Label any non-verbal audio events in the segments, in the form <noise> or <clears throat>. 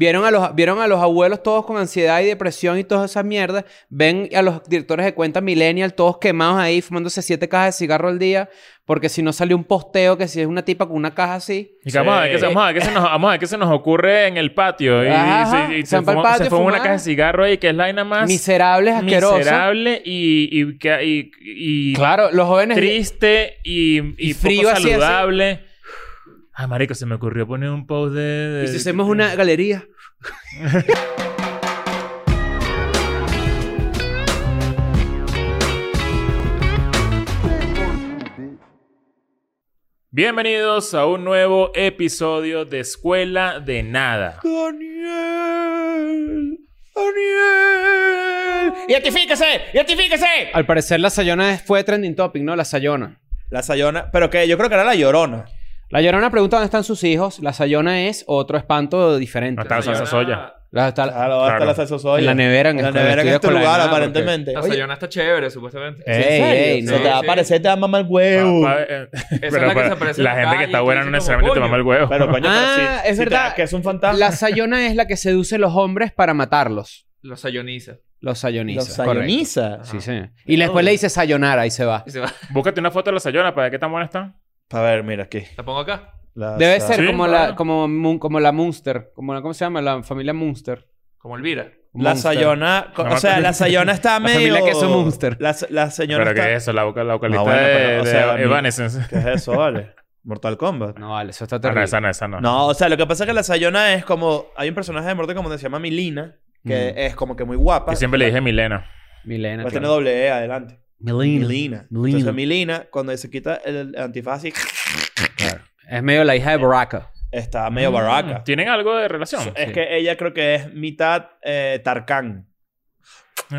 Vieron a, los, vieron a los abuelos todos con ansiedad y depresión y todas esas mierdas. Ven a los directores de cuenta millennial todos quemados ahí, fumándose siete cajas de cigarro al día. Porque si no salió un posteo, que si es una tipa con una caja así. Y que vamos, a ver qué se, vamos a ver qué se nos, vamos a ver qué se nos ocurre en el patio. Y, Ajá, se, y se se van pa'l fuma, patio se a fuma una fumar. caja de cigarro ahí, que es la vaina más Miserables, asquerosas. miserable y, y, que- y- y Claro, los jóvenes. triste y, y, Y frío poco así, así. saludable. Ay, marico, se me ocurrió poner un post de... de- Y si hacemos una galería. Bienvenidos a un nuevo episodio de Escuela de Nada. Daniel. Daniel. ¡Identifíquese! ¡Identifíquese! Al parecer la Sayona es- fue trending topic, ¿no? La Sayona. La Sayona. Pero que yo creo que era la llorona. La Llorona pregunta dónde están sus hijos. La Sayona es otro espanto diferente. No está la salsa soya. La- está- Claro, va a estar Claro. la salsa soya. En la nevera, en Ah, En la el- en el nevera en estudio este con la lugar, nada, porque- aparentemente. La Oye, Sayona está chévere, supuestamente. Eh, Ey, ¿en serio? ey, Se no. te va a Sí, parecer, te va a mamar el huevo. Papá, eh, pero es la que se para- aparece en la la gente calle que y está te buena no dice necesariamente como, te mama el "Coño". huevo. Pero coño, Ah, pero sí. es sí te- verdad. Que es un fantasma. <laughs> La Sayona es la que seduce a los hombres para matarlos. Lo sayoniza. Los sayoniza. Los correcto. sayoniza. Sí, sí. Y después le dice sayonara y se va. Y se va. <laughs> Búscate una foto de la sayona para ver qué tan buena está. A ver, mira aquí. La pongo acá. La Debe sa- ser Sí, como, claro. la, como, Mun- como la Munster. Como, la- ¿Cómo se llama? La familia Munster. Como Elvira. La Munster. Sayona. No, O sea, la Sayona está medio. familia queso Munster. La, la señora pero qué es está. eso, la, boca- la vocalista No, bueno, pero, o de, sea, de Evanescence. ¿Qué es eso, vale? Mortal Kombat. No, vale, eso está Ah, no, terrible. <laughs> esa no, esa no. No, o sea, lo que pasa es que la Sayona es como. Hay un personaje de Mortal Kombat que se llama Milina, que Mm. es como que muy guapa. Y siempre le dije Milena. Milena. Pues claro. tiene doble E adelante. Milena. Milina. Milena. Entonces, Milina, cuando se quita el antifaz así, Es medio la hija de Baraka. está Ah, medio barraca. Mm, ¿Tienen algo de relación? Es que ella creo que es mitad eh, Tarkan. <laughs>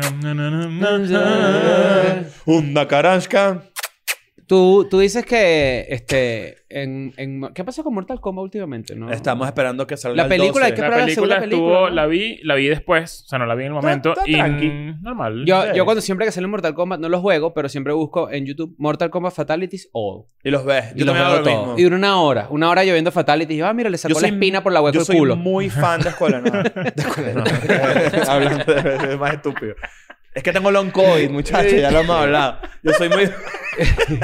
Ah. Unda Karanshka. Tú, tú dices que este en, en- ¿qué pasó con Mortal Kombat últimamente? No. Estamos esperando que salga La el película 12. hay que- La esperar la película segunda película, estuvo, ¿no? la vi, la vi después, o sea, no la vi en el momento. está y tranqui. mm, normal. Yo, yo cuando siempre que sale Mortal Kombat no lo juego, pero siempre busco en YouTube Mortal Kombat Fatalities All. Y los ves. Y Yo los también veo hago lo todo. mismo. Y dura una hora. Una hora yo viendo Fatalities. Y yo, ah, mira, le sacó la espina por la hueca yo del soy Pues culo. muy fan de <laughs> Escuela de Nada. De Escuela de Nada. <laughs> Hablando de, de más estúpido. Es que tengo long COVID, muchachos. Ya lo hemos hablado. Yo soy muy...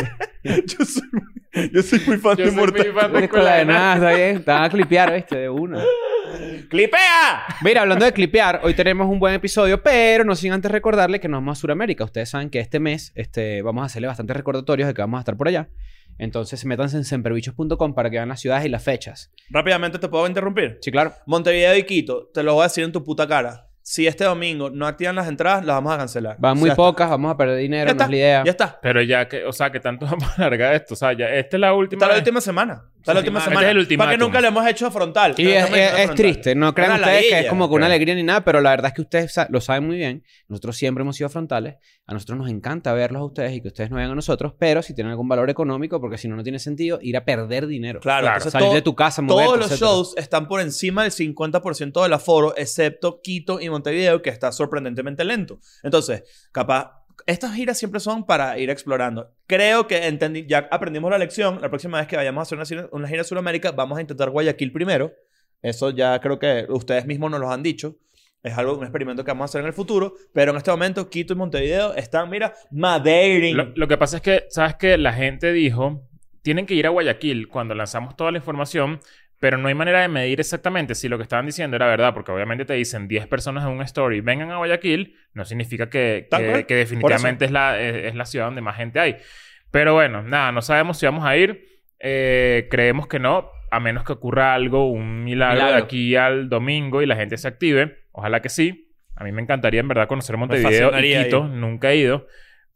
<laughs> yo, soy muy... yo soy muy fan Yo de soy Mortal muy fan de Una escuela de nada, está bien. Te van a clipear, ¿viste? De una. ¡Clipea! Mira, hablando de clipear, hoy tenemos un buen episodio, pero no sin antes recordarle que nos vamos a Sudamérica. Ustedes saben que este mes este, vamos a hacerle bastantes recordatorios de que vamos a estar por allá. Entonces, métanse en semperbichos.com para que vean las ciudades y las fechas. Rápidamente te puedo interrumpir. Sí, claro. Montevideo y Quito, te lo voy a decir en tu puta cara. Si este domingo no activan las entradas, las vamos a cancelar. Van O muy sea, pocas, vamos a perder Ya dinero, no está. es la idea. Ya está. Pero ya que, o sea, que tanto <laughs> vamos a alargar esto. O sea, ya, esta es la última. Está la vez. última semana. Está la última Este semana. es el ultimátum. Para que nunca le hemos hecho frontal. Y es, es- es triste, no crean Una ustedes que es ladilla. como que una Ok. alegría ni nada, pero la verdad es que ustedes sa- lo saben muy bien. Nosotros siempre hemos sido frontales, a nosotros nos encanta verlos a ustedes y que ustedes nos vean a nosotros, pero si tienen algún valor económico, porque si no, no tiene sentido ir a perder dinero. Claro, Claro. entonces Salir todo- de tu casa, moverte, todos los etcétera. shows están por encima del 50% del aforo, excepto Quito y Montevideo, que está sorprendentemente lento. Entonces, capaz, estas giras siempre son para ir explorando. Creo que entendí, ya aprendimos la lección. La próxima vez que vayamos a hacer una, gira- una gira a Sudamérica, vamos a intentar Guayaquil primero. Eso ya creo que ustedes mismos nos lo han dicho. Es algo, un experimento que vamos a hacer en el futuro. Pero en este momento, Quito y Montevideo están, mira, madeiring. Lo, lo que pasa es que, ¿sabes qué? La gente dijo, tienen que ir a Guayaquil cuando lanzamos toda la información, pero no hay manera de medir exactamente si lo que estaban diciendo era verdad, porque obviamente te dicen 10 personas en un story, vengan a Guayaquil, no significa que, Tal que- cual. que definitivamente es la, es, es la ciudad donde más gente hay. Pero bueno, nada, no sabemos si vamos a ir, eh, creemos que no, a menos que ocurra algo, un milagro, de Milagro. aquí al domingo y la gente se active, ojalá que sí. A mí me encantaría en verdad conocer Montevideo y fascinaría Quito, ir. nunca he ido.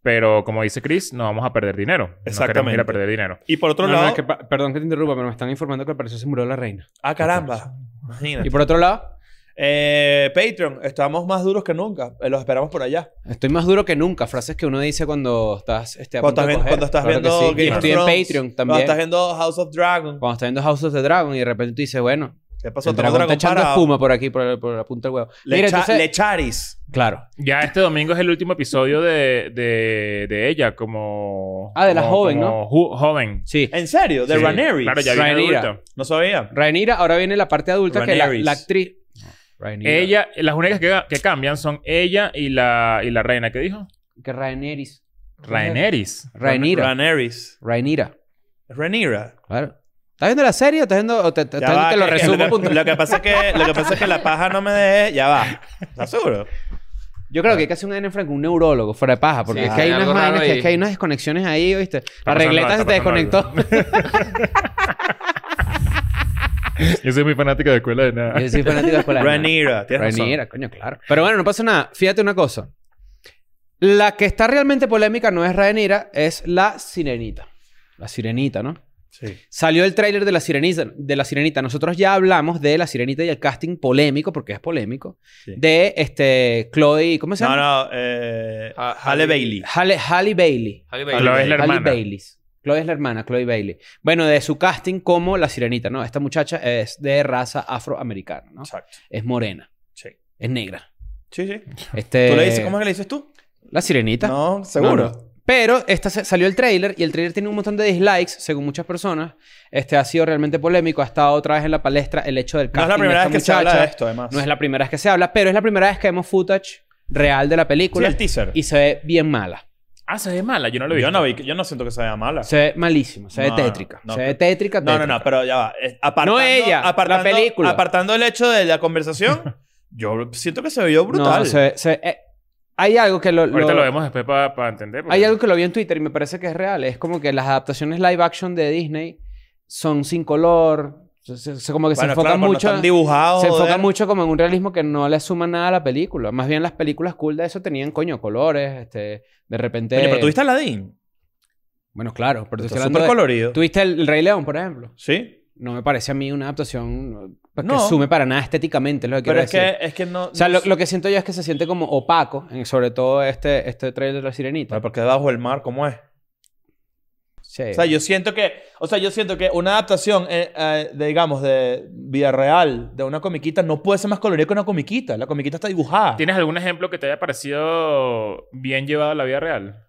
Pero como dice Chris, no vamos a perder dinero. No queremos ir Exactamente. a perder dinero. Y por otro No, no, lado, es que pa- perdón que te interrumpa, pero me están informando que al parecer se murió la reina. ah, caramba. Imagínate. Y por otro lado, Eh, Patreon, estamos más duros que nunca. Eh, Los esperamos por allá. estoy más duro que nunca. Frases que uno dice cuando estás este, a Cuando punto de estás, vi- coger. cuando estás Claro que viendo sí. Game Y of estoy en Thrones, Patreon Cuando también. estás viendo House of Dragon. Cuando estás viendo House of the Dragon y de repente tú dices, bueno, ¿Qué pasó? el dragón Tenemos está Dragon echando parado. espuma por aquí, por, el- por la punta del huevo. Le Mira, cha- entonces- le charis. Claro. Ya este domingo es el último episodio de, de, de ella como... Ah, de la como- joven, ¿no? como ju- joven. Sí. ¿En serio? ¿De Sí. Rhaenyra? Claro, ya viene Rhaenyra. adulta. No sabía. Rhaenyra, ahora viene la parte adulta que la- la, Rhaenyris. actriz... Rhaenyra. Ella, las únicas que, que cambian son ella y la, y la reina. ¿Qué dijo? Que Rhaenyris. Rhaenerys. Rhaenyra. Rhaenerys. Rhaenyra. Rhaenyra. Claro. ¿Estás viendo la serie o estás viendo.? O te, te- Ya estás- va, te lo que- <laughs> resumo. Lo punto. que, lo que pasa es que, lo que pasa es que la paja no me deje. Ya va. ¿Estás seguro? Yo creo que hay que hacer un N. Frank, un neurólogo, fuera de paja, porque Sí, es que hay hay unas algo raro vainas que, ahí. es que hay unas desconexiones ahí, ¿oíste? La pasando regleta algo, se te está pasando desconectó. Yo soy muy fanática de escuela de <laughs> nada. Yo soy fanático de escuela. Rhaenyra. Tienes razón. Rhaenyra, coño, claro. Pero bueno, no pasa nada. Fíjate una cosa. La que está realmente polémica no es Rhaenyra, es la sirenita. La sirenita, ¿no? Sí. Salió el tráiler de la sirenita, de la sirenita. Nosotros ya hablamos de la sirenita y el casting polémico, porque es polémico, Sí. de este Chloe, ¿cómo se No, llama? no. Eh, Ah, Ha- Halle Bailey. Halle, Halle Bailey. Halle Bailey. Lo es la Halle hermana. Bailey. Chloe es la hermana, Chloe Bailey. Bueno, de su casting como la sirenita, ¿no? Esta muchacha es de raza afroamericana, ¿no? Exacto. Es morena, Sí. es negra. Sí, sí. Este, ¿Tú le dices? ¿Cómo es que le dices tú? La sirenita. No, seguro. No, no. Pero esta se- salió el tráiler y el tráiler tiene un montón de dislikes, según muchas personas. Este ha sido realmente polémico, ha estado otra vez en la palestra el hecho del No casting es la primera de vez que esta se habla muchacha. de esto, además. No es la primera vez que se habla, pero es la primera vez que vemos footage real de la Sí, película el teaser. y se ve bien mala. Ah, se ve mala. Yo no lo vi. Yo no, vi, yo no siento que sea mala. Se ve malísima, se ve No, tétrica. no, se ve tétrica, No, no, tétrica. no, pero ya va. Eh, Apartando, No ella, la apartando, película. Apartando el hecho de la <laughs> conversación, yo siento que se vio brutal. No, se- se- eh, hay algo que lo, Ahorita lo- lo vemos después para entender. porque- Hay algo que lo vi en Twitter y me parece que es real. Es como que las adaptaciones live action de Disney son sin color. Se, se- se- como que se Bueno, enfoca claro, porque no mucho. están dibujados, se enfoca joder. mucho como en un realismo que no le suma nada a la película. Más bien las películas cool de eso tenían, coño, colores. Este, de repente. Oye, pero tuviste Aladdin. Bueno, claro, pero te estoy Está hablando súper de- colorido. ¿Tuviste el, el Rey León, por ejemplo? Sí. No me parece a mí una adaptación pues, que No. sume para nada estéticamente, es lo que quiero Pero es decir. que, es que no. O sea, lo, lo que siento yo es que se siente como opaco, en, sobre todo este, este trailer de la sirenita. Pero porque bajo el mar, ¿cómo es? Sí. O sea, yo siento que. O sea, yo siento que una adaptación, eh, eh, de, digamos, de vida real, de una comiquita, no puede ser más colorida que una comiquita. La comiquita está dibujada. ¿Tienes algún ejemplo que te haya parecido bien llevado a la vida real?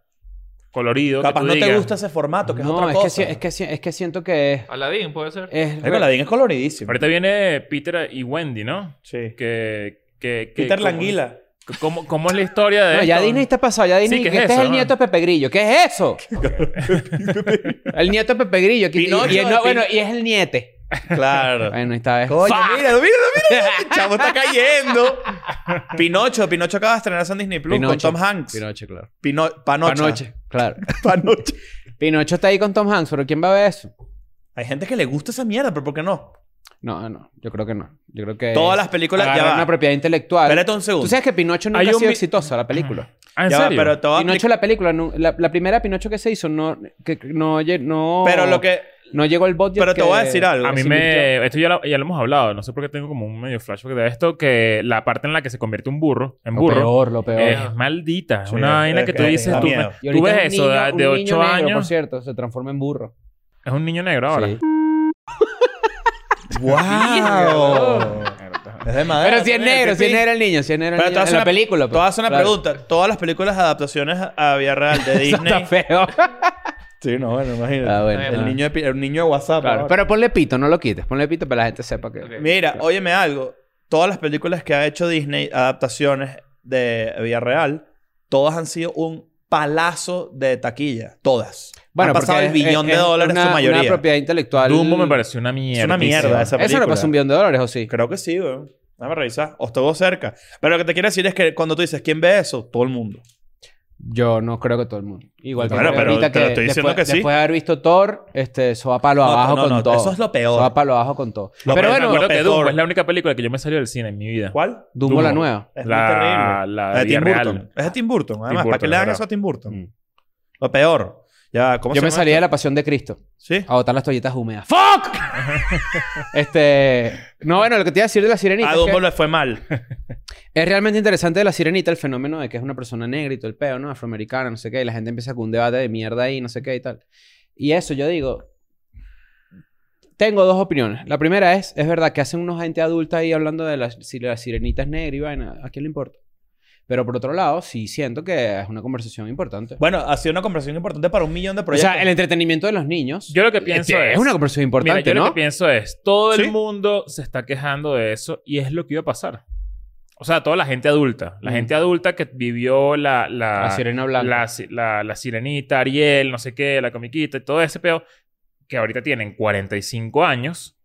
Colorido. que Capaz tú no te digas. gusta ese formato, que es no, otra es cosa. que, si- es, que, si- es que siento que es... Aladdin, puede ser. es Marico, Aladdin es coloridísimo. Ahorita viene Peter y Wendy, ¿no? Sí. Que. que, que Peter cómo- Languila. ¿cómo, cómo es la historia de No, ya esto? Disney está pasado. Ya Disney... Sí, ¿qué es que este eso, es el no? nieto de Pepe Grillo. ¿Qué es <laughs> eso? el nieto de Pepe Grillo. Aquí- y- Pinocho y, de no, Pin- bueno, y es el niete. <laughs> <laughs> Claro. Bueno, esta vez... Coño, mira, mira, mira, mira, el chavo está cayendo. <laughs> Pinocho, Pinocho acaba de estrenarse en Disney Plus Pinocho. con Tom Hanks. Pinocho, claro. Pino- Panocha. Panoche, claro. <laughs> Panocha. Pinocho está ahí con Tom Hanks, pero ¿quién va a ver eso? Hay gente que le gusta esa mierda, pero ¿por qué no? No, no. Yo creo que no. Yo creo que... Todas las películas ya agarrar va. una propiedad intelectual. Espérate un segundo. Tú sabes que Pinocho nunca Hay ha un sido vi- exitosa, la película. Ah, ¿en Ya va, serio? pero te voy a Pinocho, la película, no- la, la primera Pinocho que se hizo, no, que, no, lle- no, Pero lo <laughs> que no llegó el budget. pero te que- voy a decir algo. A mí Sí, me... Esto ya lo, ya lo hemos hablado. No sé por qué tengo como un medio flashback de esto. Que la parte en la que se convierte un burro. En Lo burro. Eh, peor, lo peor. Es maldita. Es Sí, una vaina es que que tú da dices... Tú, miedo. Y tú ahorita ves es un eso ah, niño- de- un de niño negro, 8 Por años. cierto, se transforma en burro. Es un niño negro ahora. Sí. wow. es de madera. Pero si es también, negro, si es pipí. negro el niño, si es negro el Pero te niño. vas En a hacer la una- película. Te voy a hacer una claro. pregunta. Todas las películas de adaptaciones a Vía Real <laughs> de Eso Disney. Está feo. sí, no, bueno, imagínate. Ah, bueno. el, niño de, pi- el niño de WhatsApp. Claro, ahora. Pero ponle pito, no lo quites. Ponle pito para que la gente sepa que. Ok. Mira, óyeme algo. Todas las películas que ha hecho Disney, adaptaciones de vida real, todas han sido un palazo de taquilla. Todas. han pasado porque el es- billón es- de es dólares una, en su mayoría. Una propiedad intelectual. Dumbo me pareció una mierda. una mierda esa- Eso no película. pasó un billón de dólares, ¿o sí? Creo que sí, weón. Déjame revisar. O estuvo cerca. Pero lo que te quiero decir es que cuando tú dices, ¿quién ve eso? Todo el mundo. Yo no creo que todo el mundo. Igual que Bueno, creo pero ahorita te que lo estoy diciendo después, que sí. después de haber visto Thor, este, soba palo No, abajo no, con no, todo. eso es lo peor. Soba palo abajo con todo. pero Lo peor, Me bueno, acuerdo que peor. Dumbo es la única película que yo me salí del cine en mi vida. ¿Cuál? Dumbo, la nueva. Es muy La, terrible. la, Es de de Tim Villarreal. Burton. Es de Tim Burton, además. ¿Para Burton, qué le dan ¿verdad? eso a Tim Burton? Mm. Lo peor. Ya, ¿cómo Yo se me Ah, llama salí de esto? la pasión de Cristo. ¿Sí? A botar las toallitas húmedas. <laughs> ¡Fuck! este. No, bueno, lo que te iba a decir de la sirenita. A Ah, es que- Dumbo le fue mal. Es realmente interesante de la sirenita el fenómeno de que es una persona negra y todo el peo, ¿no? Afroamericana, no sé qué. Y la gente empieza con un debate de mierda ahí, no sé qué y tal. Y eso, yo digo... Tengo dos opiniones. La primera es, es verdad que hacen unos gente adulta ahí hablando de la, si la sirenita es negra y vaina. ¿A quién le importa? Pero por otro lado, sí siento que es una conversación importante. Bueno, ha sido una conversación importante para un millón de o proyectos. sea, el entretenimiento de los niños... Yo lo que pienso es... es una conversación Mira, importante, yo ¿no? lo que pienso es... Todo ¿Sí? el mundo se está quejando de eso y es lo que iba a pasar. O sea, toda la gente adulta. La Mm. gente adulta que vivió la... la- La sirena blanca. la, si- la- la sirenita, Ariel, no sé qué, la comiquita y todo ese peo, que ahorita tienen 45 años,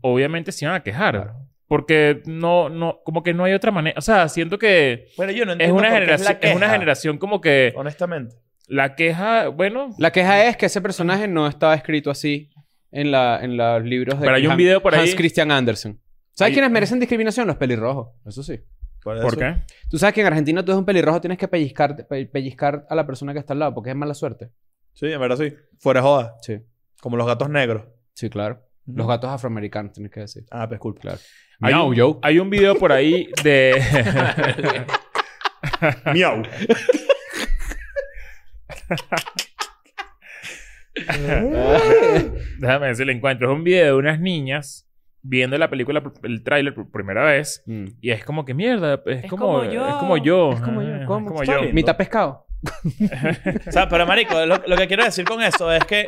obviamente se van a quejar. Porque no, no, como que no hay otra manera. O sea, siento que Pero yo no es entiendo una, por qué generación, la es una queja, generación como que Honestamente. la queja, bueno, La queja es que ese personaje no estaba escrito así en, la, en los libros de Pero hay un Han- video por ahí- Hans Christian Andersen. ¿Sabes Hay- quiénes merecen discriminación? Los pelirrojos. Eso sí. ¿por qué? Tú sabes que en Argentina tú eres un pelirrojo, tienes que pellizcar, pe- pellizcar a la persona que está al lado porque es mala suerte. Sí, en verdad sí. Fuera de joda. Sí. Como los gatos negros. Sí, claro. Los gatos afroamericanos, tienes que decir. Ah, pues culpa. Claro. Hay Miau, un, yo. hay un video por ahí de... <laughs> Miau. déjame ver si lo encuentro. Es un video de unas niñas viendo la película, el tráiler por primera vez. Mm. Y es como que mierda, es, Es como, como yo. yo. Es como yo. Es como yo, Ah, es ¿cómo? como Está yo. bien. Mitad pescado. O sea, pero marico, lo, lo que quiero decir con eso es que,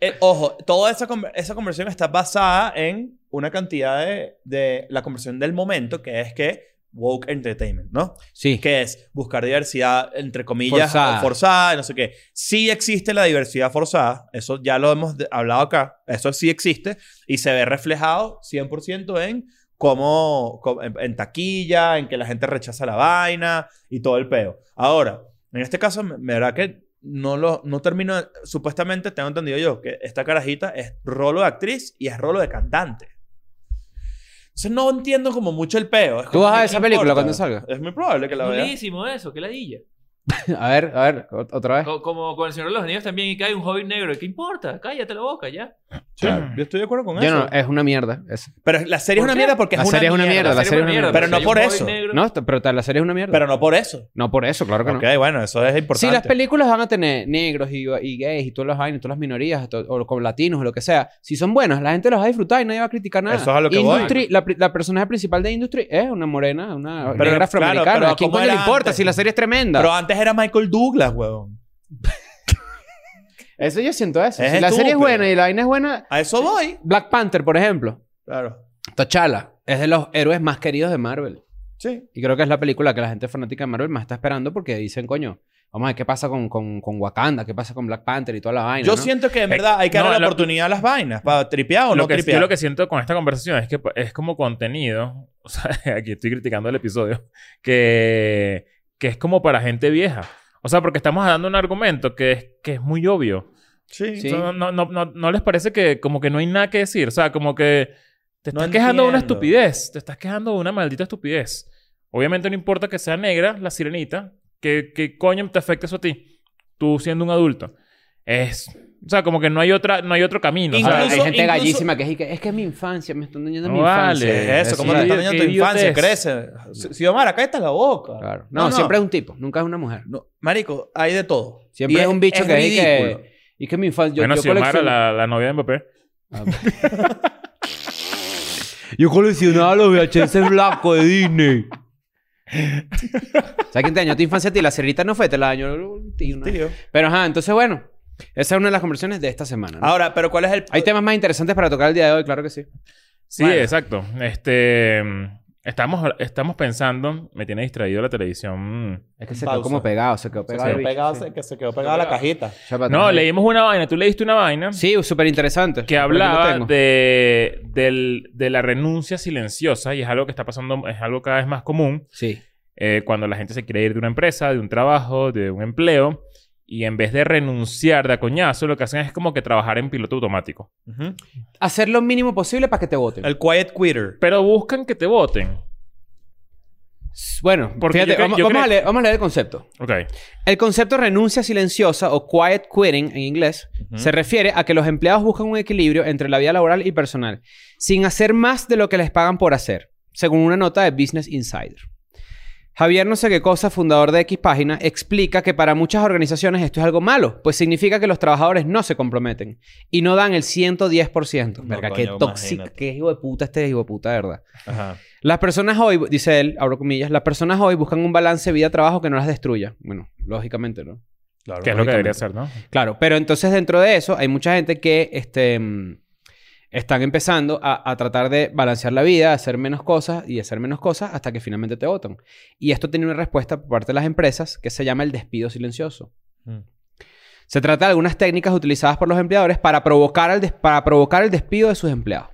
eh, ojo, toda esa, conver- esa conversación está basada en una cantidad de, de la conversación del momento, que es que woke entertainment, ¿no? Sí. Que es buscar diversidad, entre comillas, Forzada. forzada, no sé qué. Sí existe la diversidad forzada, eso ya lo hemos de- hablado acá, eso sí existe y se ve reflejado 100% en cómo, cómo- en, en taquilla, en que la gente rechaza la vaina y todo el peo. Ahora, en este caso, me me verá que no lo no termino, de- supuestamente tengo entendido yo que esta carajita es rolo de actriz y es rolo de cantante. Entonces no entiendo como mucho el peo. Es ¿Tú como, vas a ¿qué esa película cuando importa? salga? <laughs> Es muy probable que la vea. Buenísimo eso, qué ladilla. A ver, a ver, ot- otra vez. Co- Como con el Señor de los Anillos también y cae un joven negro. ¿Qué importa? Cállate la boca ya. Sí, Claro. yo estoy de acuerdo con Yo eso. no, es una mierda. esa. Pero la serie es ¿Por una qué? mierda porque La es, una serie es una mierda, la serie es una mierda. Pero no si hay por un joven eso. negro- No, t- pero t- la serie es una mierda. Pero no por eso. No por eso, claro que no. Ok, bueno, eso es Si importante. las películas van a tener negros y, y gays y todas las vainas, todas las minorías, to- o con latinos o lo que sea, si son buenas, la gente los va a disfrutar y nadie va a criticar nada. Eso es a lo que voy. Industry, La, pri- la personaje principal de Industry es una morena, una Pero, negra claro, afroamericana. pero ¿A quién ¿cómo coño le era importa antes? si la serie es tremenda? Pero antes era Michael Douglas, huevón. Eso yo siento eso. Es si la serie es estúpido. buena y la vaina es buena, A eso voy. Black Panther, por ejemplo, Claro. T'Challa es de los héroes más queridos de Marvel. Sí. Y creo que es la película que la gente fanática de Marvel más está esperando porque dicen, coño, vamos a ver qué pasa con, con, con Wakanda, qué pasa con Black Panther y toda la vaina. Yo ¿no? siento que en verdad hay que no, darle la lo- oportunidad a las vainas para tripear o lo no que, yo tripear. lo que siento con esta conversación es que pa- es como contenido. O sea, <laughs> aquí estoy criticando el episodio. Que, que es como para gente vieja. O sea, porque estamos dando un argumento que es, que es muy obvio. Sí. Sí. O sea, no, no, no, no- no les parece que como que no hay nada que decir. O sea, como que te No estás quejando de una entiendo. estupidez. Te estás quejando de una maldita estupidez. Obviamente no importa que sea negra, la sirenita. Que, que coño te afecte eso a ti. Tú siendo un adulto. Es... O sea, como que no hay, otra, no hay otro camino. o sea, Ahora, Incluso- hay gente incluso- gallísima que es, y que, es que es mi infancia, me están dañando mi No vale. infancia. ¿Qué es eso? Sí, ¿Cómo sí. Claro. le estás dañando tu Qué infancia? idiotez. Crece. Si- Xiomara, cállate la boca. Claro. No, siempre es un tipo, nunca es una mujer. No, marico, hay de todo. Siempre Y es un bicho que hay que- ridículo. Y que mi infancia. Yo, bueno, yo Xiomara, coleccion- la, la novia de Mbappé. Yo coleccionaba los VHS blancos de Disney. <laughs> ¿Sabes quién te dañó tu infancia a ti? La cerita no fue, te la dañó un tío. ¿no? Tío. Pero ajá, entonces bueno, esa es una de las conversaciones de esta semana. ¿no? Ahora, pero ¿cuál es el...? Hay temas más interesantes para tocar el día de hoy, claro que sí. Sí, Bueno. exacto. Este... mm, Estamos, estamos pensando... Me tiene distraído la televisión. mm. Es que se Pausa. quedó como pegado, se quedó Se pegado. quedó el bicho, pegado, sí. se- que se quedó pegada la cajita. Chapa, No, también. leímos una vaina. Tú leíste una vaina Sí, súper interesante. que hablaba de, del- de la renuncia silenciosa y es algo que está pasando, es algo cada vez más común Sí. eh, cuando la gente se quiere ir de una empresa, de un trabajo, de un empleo y en vez de renunciar de a coñazo, lo que hacen es como que trabajar en piloto automático. Hacer lo mínimo posible para que te voten. El quiet quitter. Pero buscan que te voten. Bueno, Porque fíjate, yo cre- vamos, yo vamos a creo- leer, vamos a leer el concepto. Ok. El concepto renuncia silenciosa o quiet quitting en inglés se refiere a que los empleados buscan un equilibrio entre la vida laboral y personal, sin hacer más de lo que les pagan por hacer, según una nota de Business Insider. Javier no sé qué cosa, fundador de X Página, explica que para muchas organizaciones esto es algo malo, pues significa que los trabajadores no se comprometen y no dan el 110%. No, Verga, coño, qué tóxico, imagínate. qué hijo de puta este hijo de puta, de ¿verdad? Ajá. Las personas hoy, dice él, abro comillas, las personas hoy buscan un balance vida-trabajo que no las destruya. Bueno, lógicamente, ¿no? Claro. Que es lo que debería hacer, ¿no? Claro, pero entonces dentro de eso hay mucha gente que este, mm, están empezando a, a tratar de balancear la vida, hacer menos cosas y hacer menos cosas hasta que finalmente te votan. Y esto tiene una respuesta por parte de las empresas que se llama el despido silencioso. Mm. Se trata de algunas técnicas utilizadas por los empleadores para provocar, al des- para provocar el despido de sus empleados.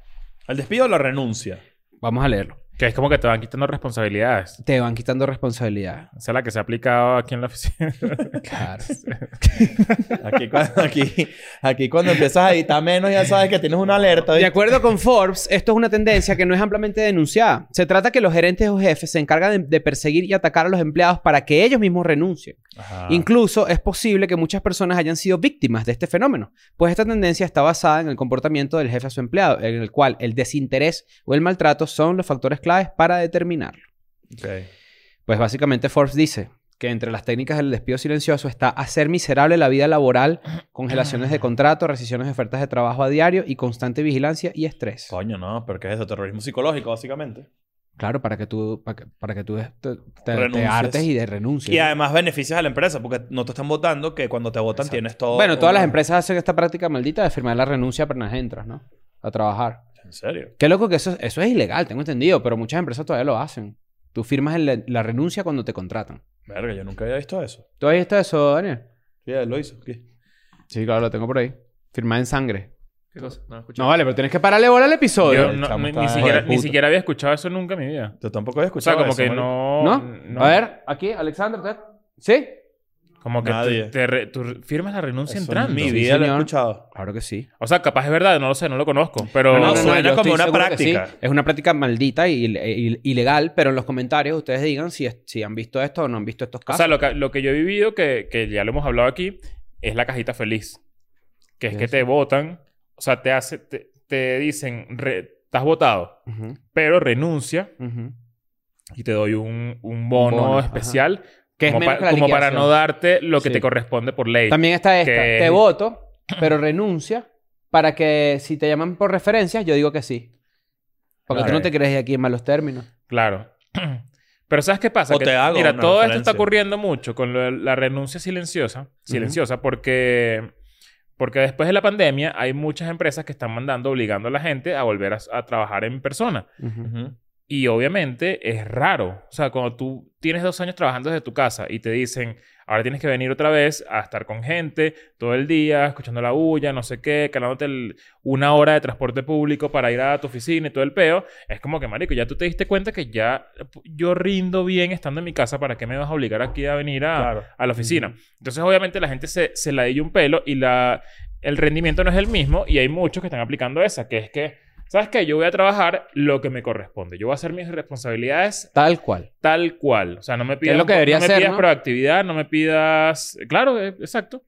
¿El despido o la renuncia? Vamos a leerlo. Que es como que te van quitando responsabilidades. Te van quitando responsabilidad. Esa es la que se ha aplicado aquí en la <laughs> oficina. Claro. Aquí, cua- aquí, aquí cuando empiezas a editar menos ya sabes que tienes una alerta. De ¿viste? acuerdo con Forbes, esto es una tendencia que no es ampliamente denunciada. Se trata que los gerentes o jefes se encargan de, de perseguir y atacar a los empleados para que ellos mismos renuncien. Ah. Ajá. Incluso es posible que muchas personas hayan sido víctimas de este fenómeno, pues esta tendencia está basada en el comportamiento del jefe a su empleado, en el cual el desinterés o el maltrato son los factores claves para determinarlo. Ok. Pues básicamente Forbes dice que entre las técnicas del despido silencioso está hacer miserable la vida laboral, congelaciones de contrato, rescisiones de ofertas de trabajo a diario y constante vigilancia y estrés. Coño, no, pero ¿qué es eso? Terrorismo psicológico, básicamente. Claro, para que tú, para que, para que tú des- te, te- te Renuncies. hartes y de renuncies. Y además beneficias a la empresa, porque no te están votando, que cuando te votan tienes todo. bueno, todas las una- empresas hacen esta práctica maldita de firmar la renuncia apenas entras, ¿no? A trabajar. En serio. Qué loco que eso, eso es ilegal, tengo entendido, pero muchas empresas todavía lo hacen. Tú firmas el- la renuncia cuando te contratan. Verga, yo nunca había visto eso. ¿Tú has visto eso, Daniel? Sí, él lo hizo. ¿Qué? Sí, claro, lo tengo por ahí. Firmada en sangre. ¿Qué cosa? No, escucha. No, vale, pero tienes que pararle bola al episodio. Yo el no- chamo ni, está ni hijo de siquiera, ni puta. siquiera había escuchado eso nunca en mi vida. Yo tampoco había O sea, escuchado como eso, que marico. no, ¿No? no. A ver, aquí, Alexander, ¿usted? ¿Sí? Como que Nadie. te, te re- tú re- firmas la renuncia Eso en entrando. mi Sí, vida lo he señor. escuchado. Claro que sí. O sea, capaz es verdad, no lo sé, no lo conozco. Pero No, no, no. suena- suena yo como estoy una seguro que sí. práctica. Es una práctica maldita y, y- ilegal, pero en los comentarios ustedes digan si, es- si han visto esto o no han visto estos o casos. sea, lo que, lo que yo he vivido, que, que ya lo hemos hablado aquí, es la cajita feliz. Que es ¿Qué que es? te votan, o sea, te, hace, te, te dicen, re- estás votado, Ujú, pero renuncia ujú. y te doy un, un bono, bono, ajá. especial. Que es como, menos pa- que la como para no liquidación. darte lo que Sí. te corresponde por ley. También está esta. que- Te voto, pero renuncia para que si te llaman por referencias, yo digo que sí. Porque Claro. tú no te crees aquí en malos términos. Claro. <clears throat> Pero ¿sabes qué pasa? O Que, te hago mira, una todo esto está referencia. ocurriendo mucho con lo de la renuncia silenciosa, silenciosa porque porque después de la pandemia hay muchas empresas que están mandando obligando a la gente a volver a, a trabajar en persona y obviamente es raro, o sea, cuando tú tienes dos años trabajando desde tu casa y te dicen ahora tienes que venir otra vez a estar con gente todo el día escuchando la bulla, no sé qué, calándote el- una hora de transporte público para ir a tu oficina y todo el peo, es como que, marico, ya tú te diste cuenta que ya eh, p- yo rindo bien estando en mi casa, ¿para qué me vas a obligar aquí a venir a, Claro. a la oficina? Entonces, obviamente, la gente se, se la un pelo y la, el rendimiento no es el mismo y hay muchos que están aplicando esa, que es que, ¿sabes qué? Yo voy a trabajar lo que me corresponde. Yo voy a hacer mis responsabilidades Tal cual. tal cual. O sea, no me pidas, lo que debería no me ser, pidas ¿no? proactividad, no me pidas... Claro, eh, exacto.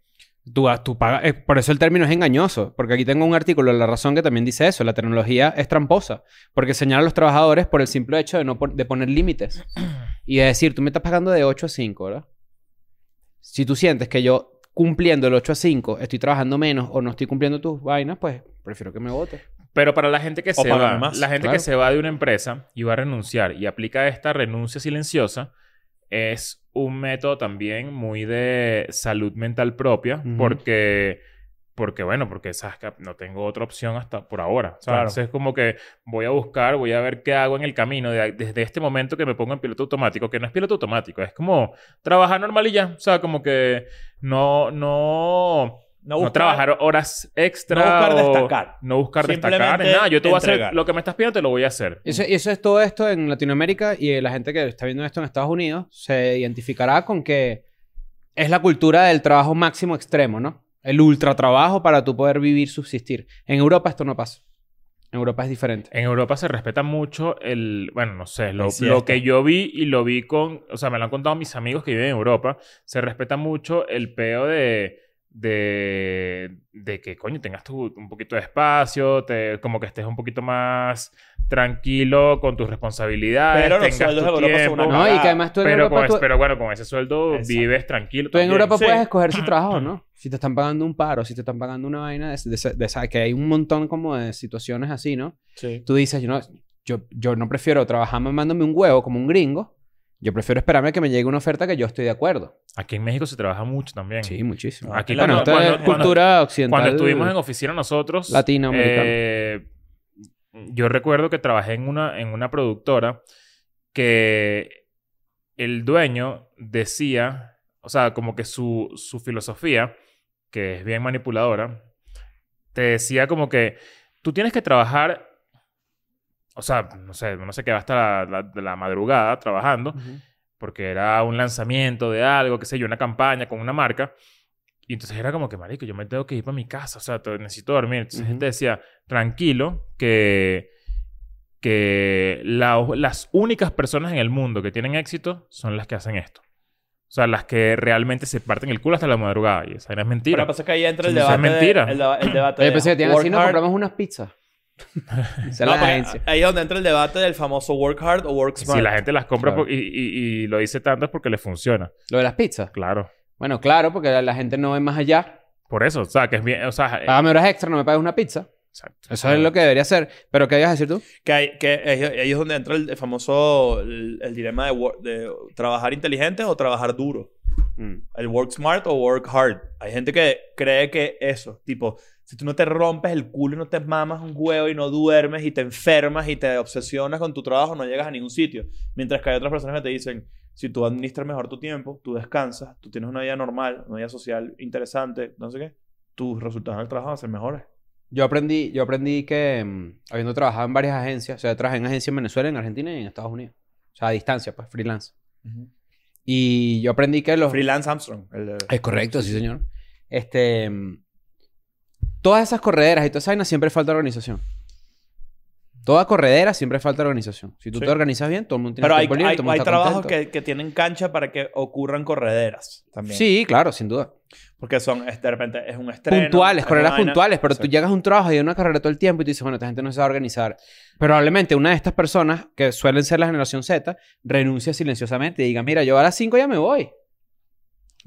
Tú, tú pagas- eh, por eso el término es engañoso, porque aquí tengo un artículo en La Razón que también dice eso, la tecnología es tramposa, porque señala a los trabajadores por el simple hecho de no pon- de poner límites y de decir, tú me estás pagando de 8 a 5, ¿verdad? Si tú sientes que yo cumpliendo el 8 a 5 estoy trabajando menos o no estoy cumpliendo tus vainas, pues prefiero que me votes. Pero para la gente que se págame va, más, la gente claro. que se va de una empresa y va a renunciar y aplica esta renuncia silenciosa, es un método también muy de salud mental propia, Ujú. porque, porque bueno, porque sabes que no tengo otra opción hasta por ahora. ¿sabes? Claro. Entonces es como que voy a buscar, voy a ver qué hago en el camino de- desde este momento que me pongo en piloto automático, que no es piloto automático, es como trabajar normal y ya, o sea, como que no, no, No, no trabajar horas extra. no buscar o destacar. No buscar Simplemente destacar. en Nada, yo te voy a entregar. hacer lo que me estás pidiendo, te lo voy a hacer. Eso, eso es todo esto en Latinoamérica y eh, la gente que está viendo esto en Estados Unidos se identificará con que es la cultura del trabajo máximo extremo, ¿no? El ultra trabajo para tú poder vivir, subsistir. En Europa esto no pasa. En Europa es diferente. En Europa se respeta mucho el, bueno, no sé, lo, La siesta. lo que yo vi y lo vi con, o sea, me lo han contado mis amigos que viven en Europa, se respeta mucho el peo de, de, de que, coño, tengas tu, un poquito de espacio, te, como que estés un poquito más tranquilo con tus responsabilidades, Pero los tengas sueldos tu de Europa son tiempo. una No, y cagada. que además tú en pero, Europa, con- tú, pero bueno, con ese sueldo Exacto. vives tranquilo. tú en también. Europa Sí. puedes escoger si <clears throat> trabajo o no. Si te están pagando un paro, si te están pagando una vaina, de, de- de- de- que hay un montón como de situaciones así, ¿no? Sí. Tú dices, yo no, yo, yo no prefiero trabajar mamándome un huevo como un gringo. Yo prefiero esperarme a que me llegue una oferta que yo estoy de acuerdo. Aquí en México se trabaja mucho también. Sí, muchísimo. Ah, Aquí claro. bueno, cuando, esto cuando- es cultura occidental. cuando estuvimos en oficina nosotros, latinoamericana. eh, Yo recuerdo que trabajé en una, en una productora que el dueño decía, o sea, como que su, su filosofía, que es bien manipuladora, te decía como que tú tienes que trabajar, o sea, no sé, no sé qué, hasta la, la, la madrugada trabajando, porque era un lanzamiento de algo, qué sé yo, una campaña con una marca. Y entonces era como que, marico, yo me tengo que ir para mi casa, o sea, te- necesito dormir. Entonces la Ujú. gente decía, tranquilo, que, que la- las únicas personas en el mundo que tienen éxito son las que hacen esto. O sea, las que realmente se parten el culo hasta la madrugada. Y esa era mentira. Pero pasa que ahí entra el Sí, eso es debate. de- mentira. el, deba- el debate Oye, de pensé que tienen así, work nos hard. compramos unas pizzas. <laughs> Esa es No, la porque agencia. ah, Ahí es donde entra el debate del famoso work hard o work Y smart. Si la gente las compra Claro. por- y, y- y lo dice tanto es porque le funciona. Lo de las pizzas. Claro. Bueno, claro, porque la, la gente no ve más allá. Por eso, o sea, que es bien, o sea, eh, Ah. Págame horas extra, no me pagues una pizza. exacto. Ah, Eso es lo que debería hacer. Pero, ¿qué ibas a decir tú? Que, hay- que ahí ahí es donde entra el, el famoso el, el dilema de, wor- de trabajar inteligente o trabajar duro. El work smart o work hard. Hay gente que cree que eso, tipo, si tú no te rompes el culo y no te mamas un huevo y no duermes y te enfermas y te obsesionas con tu trabajo, no llegas a ningún sitio. Mientras que hay otras personas que te dicen, si tú administras mejor tu tiempo, tú descansas, tú tienes una vida normal, una vida social interesante, no sé qué, tus resultados en el trabajo van a ser mejores. Yo aprendí, yo aprendí que, mm, habiendo trabajado en varias agencias, o sea, trabajé en agencias en Venezuela, en Argentina y en Estados Unidos. O sea, a distancia, pues, freelance. Y yo aprendí que los... Freelance Armstrong. el de- Es correcto, sí, señor. Este... mm, Todas esas correderas y todas esas vainas siempre falta organización. Toda corredera siempre falta organización. Si tú Sí. te organizas bien, todo el mundo tiene Pero hay, tiempo libre, hay- todo el mundo hay está trabajos contento. que, que tienen cancha para que ocurran correderas también. Sí, claro, sin duda. Porque son, es- de repente, es un estreno. puntuales, es carreras una vaina. puntuales, pero tú Exacto. llegas a un trabajo y a una carrera todo el tiempo y tú dices, bueno, esta gente no se va a organizar. Probablemente una de estas personas, que suelen ser la generación Z, renuncia silenciosamente y diga, mira, yo a las 5 ya me voy.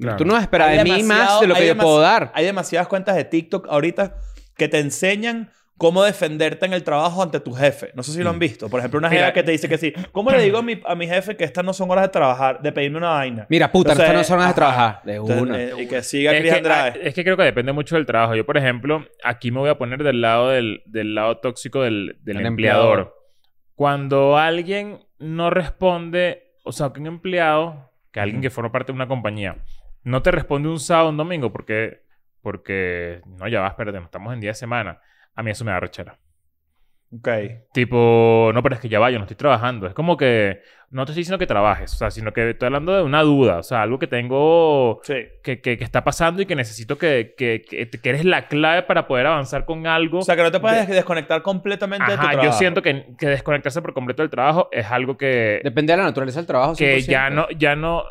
Claro. Tú no vas a esperar Hay de mí demasiado- más de lo que hay yo puedo demasi- dar. Hay demasiadas cuentas de TikTok ahorita que te enseñan cómo defenderte en el trabajo ante tu jefe. No sé si lo Mm. han visto. Por ejemplo, una Mira. jefa que te dice que sí. ¿Cómo le digo a mi, a mi jefe que estas no son horas de trabajar, de pedirme una vaina? Mira, puta, Entonces, estas no son las de ajá. trabajar. De Entonces, una. eh, y que siga es Cris que, Andrade. ah, es que creo que depende mucho del trabajo. Yo, por ejemplo, aquí me voy a poner del lado del, del lado tóxico del, del Del empleador. empleador. Cuando alguien no responde, o sea, que un empleado, que alguien que forma parte de una compañía, no te responde un sábado o un domingo porque, porque no, ya vas, espérate, no estamos en día de semana. A mí eso me da rechera. Ok. Tipo, no, pero es que ya va, yo no estoy trabajando. Es como que no te estoy diciendo que trabajes, o sea, sino que estoy hablando de una duda, o sea, algo que tengo Sí. que, que- que está pasando y que necesito que, que, que, que eres la clave para poder avanzar con algo. O sea, que no te puedes desconectar completamente de tu Ajá, trabajo. yo siento que, que desconectarse por completo del trabajo es algo que, Depende de la naturaleza del trabajo. Eh, que 100%. ya no, ya no.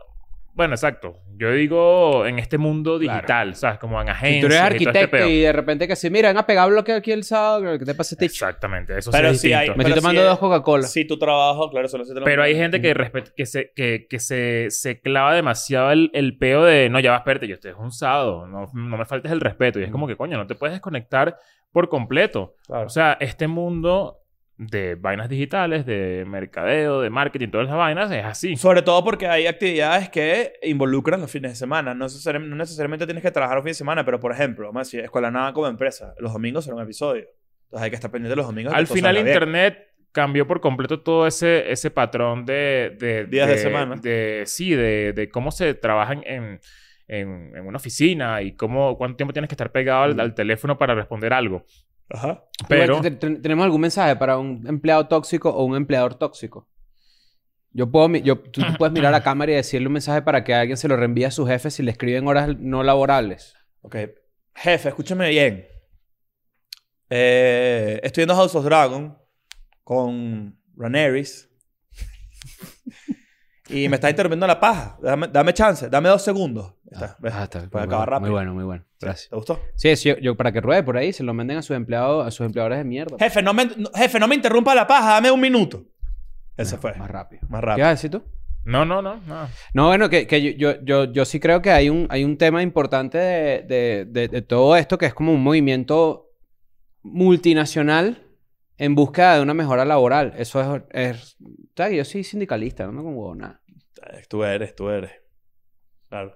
Bueno, exacto. Yo digo en este mundo Claro. digital, ¿sabes? Como en Si agencias. tú eres y todo este arquitecto peo. y de repente que sí, mira, han pegado bloque aquí el sábado, que te pase ticho. Exactamente. Eso sí Pero es sí hay- distinto. Me Pero estoy si tomando es- dos Coca-Cola. Sí, tu trabajo, claro, solo si te lo- Pero hay gente que, respet- que, se, que, que se, se clava demasiado el, el peo de no, ya vas, espérate, yo estoy es un sábado, no, no me faltes el respeto. Y es como que, coño, no te puedes desconectar por completo. Claro. O sea, este mundo de vainas digitales, de mercadeo, de marketing, todas las vainas, es así. Sobre todo porque hay actividades que involucran los fines de semana. No, necesari- no necesariamente tienes que trabajar los fines de semana, pero por ejemplo, vamos a decir, Escuela Nada como empresa. Los domingos será un episodio. Entonces hay que estar pendiente de los domingos. de que Al todo final, salga bien. Internet cambió por completo todo ese, ese patrón de, de- Días de semana. de- sí, de, de cómo se trabaja en, en- en- en una oficina y cómo, cuánto tiempo tienes que estar pegado al, Mm. al teléfono para responder algo. Ajá. Pero... Igual, ¿te- te- ¿Tenemos algún mensaje para un empleado tóxico o un empleador tóxico? Yo puedo, mi- yo, tú, tú puedes mirar a la cámara y decirle un mensaje para que alguien se lo reenvíe a su jefe si le escriben horas no laborables. Ok. Jefe, escúchame bien. Eh, estoy viendo House of Dragon con Rhaenyra <laughs> y me está interrumpiendo la paja. Dame, dame chance, dame dos segundos. Ya está, ¿ves? Ah, está. Para Muy acabar bueno, rápido. Muy bueno, muy bueno. Gracias. ¿Te gustó? Sí, sí, yo, para que ruede por ahí, se lo manden a sus empleados, a sus empleadores de mierda. Jefe, no me, no- jefe, no me interrumpa la paja, dame un minuto. Ese fue. Más rápido. Más ¿Qué rápido. vas a decir tú? No, no, no. no. No, bueno, que, que yo, yo, yo, yo sí creo que hay un, hay un tema importante de, de- de- de todo esto que es como un movimiento multinacional en búsqueda de una mejora laboral. Eso es... es ¿sabes? Yo soy sindicalista, no me conmuevo nada. Tú eres, tú eres. Claro.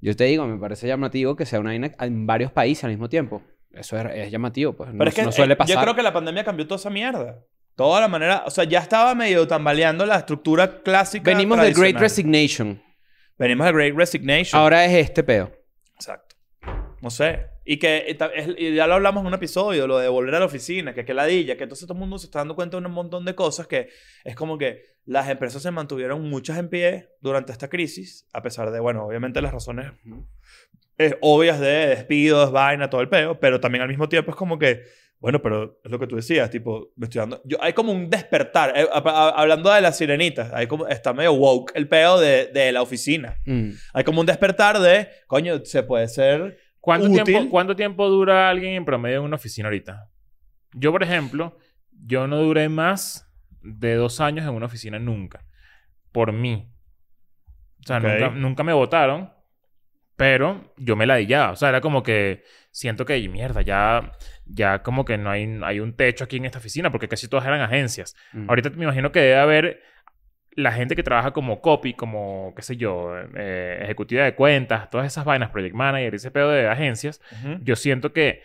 Yo te digo, me parece llamativo que sea una vaina en varios países al mismo tiempo. Eso es, es llamativo, pues. No, Pero es que no suele eh, pasar. yo creo que la pandemia cambió toda esa mierda. Toda la manera, o sea, ya estaba medio tambaleando la estructura clásica. Venimos del Great tradicional. Resignation. Venimos del Great Resignation. Ahora es este pedo. Exacto. No sé. Y que y ta- es- y ya lo hablamos en un episodio, lo de volver a la oficina, que que ladilla, que entonces todo el mundo se está dando cuenta de un montón de cosas que es como que las empresas se mantuvieron muchas en pie durante esta crisis, a pesar de, bueno, obviamente las razones eh, obvias de despidos, vaina, todo el peo, pero también al mismo tiempo es como que, bueno, pero es lo que tú decías, tipo, me estoy dando... Yo, hay como un despertar, eh, a- a- hablando de las sirenitas, hay como, está medio woke el peo de, de la oficina. Mm. Hay como un despertar de, coño, se puede ser ¿Cuánto útil. tiempo, ¿Cuánto tiempo dura alguien en promedio en una oficina ahorita? Yo, por ejemplo, yo no duré más de dos años en una oficina nunca. Por mí. O sea, Ok. nunca, nunca me votaron, pero yo me ladillaba. O sea, era como que siento que, mierda, ya, ya como que no hay, hay un techo aquí en esta oficina porque casi todas eran agencias. Mm. Ahorita me imagino que debe haber la gente que trabaja como copy, como, qué sé yo, eh, ejecutiva de cuentas, todas esas vainas, project manager, ese pedo de agencias. Ujú. Yo siento que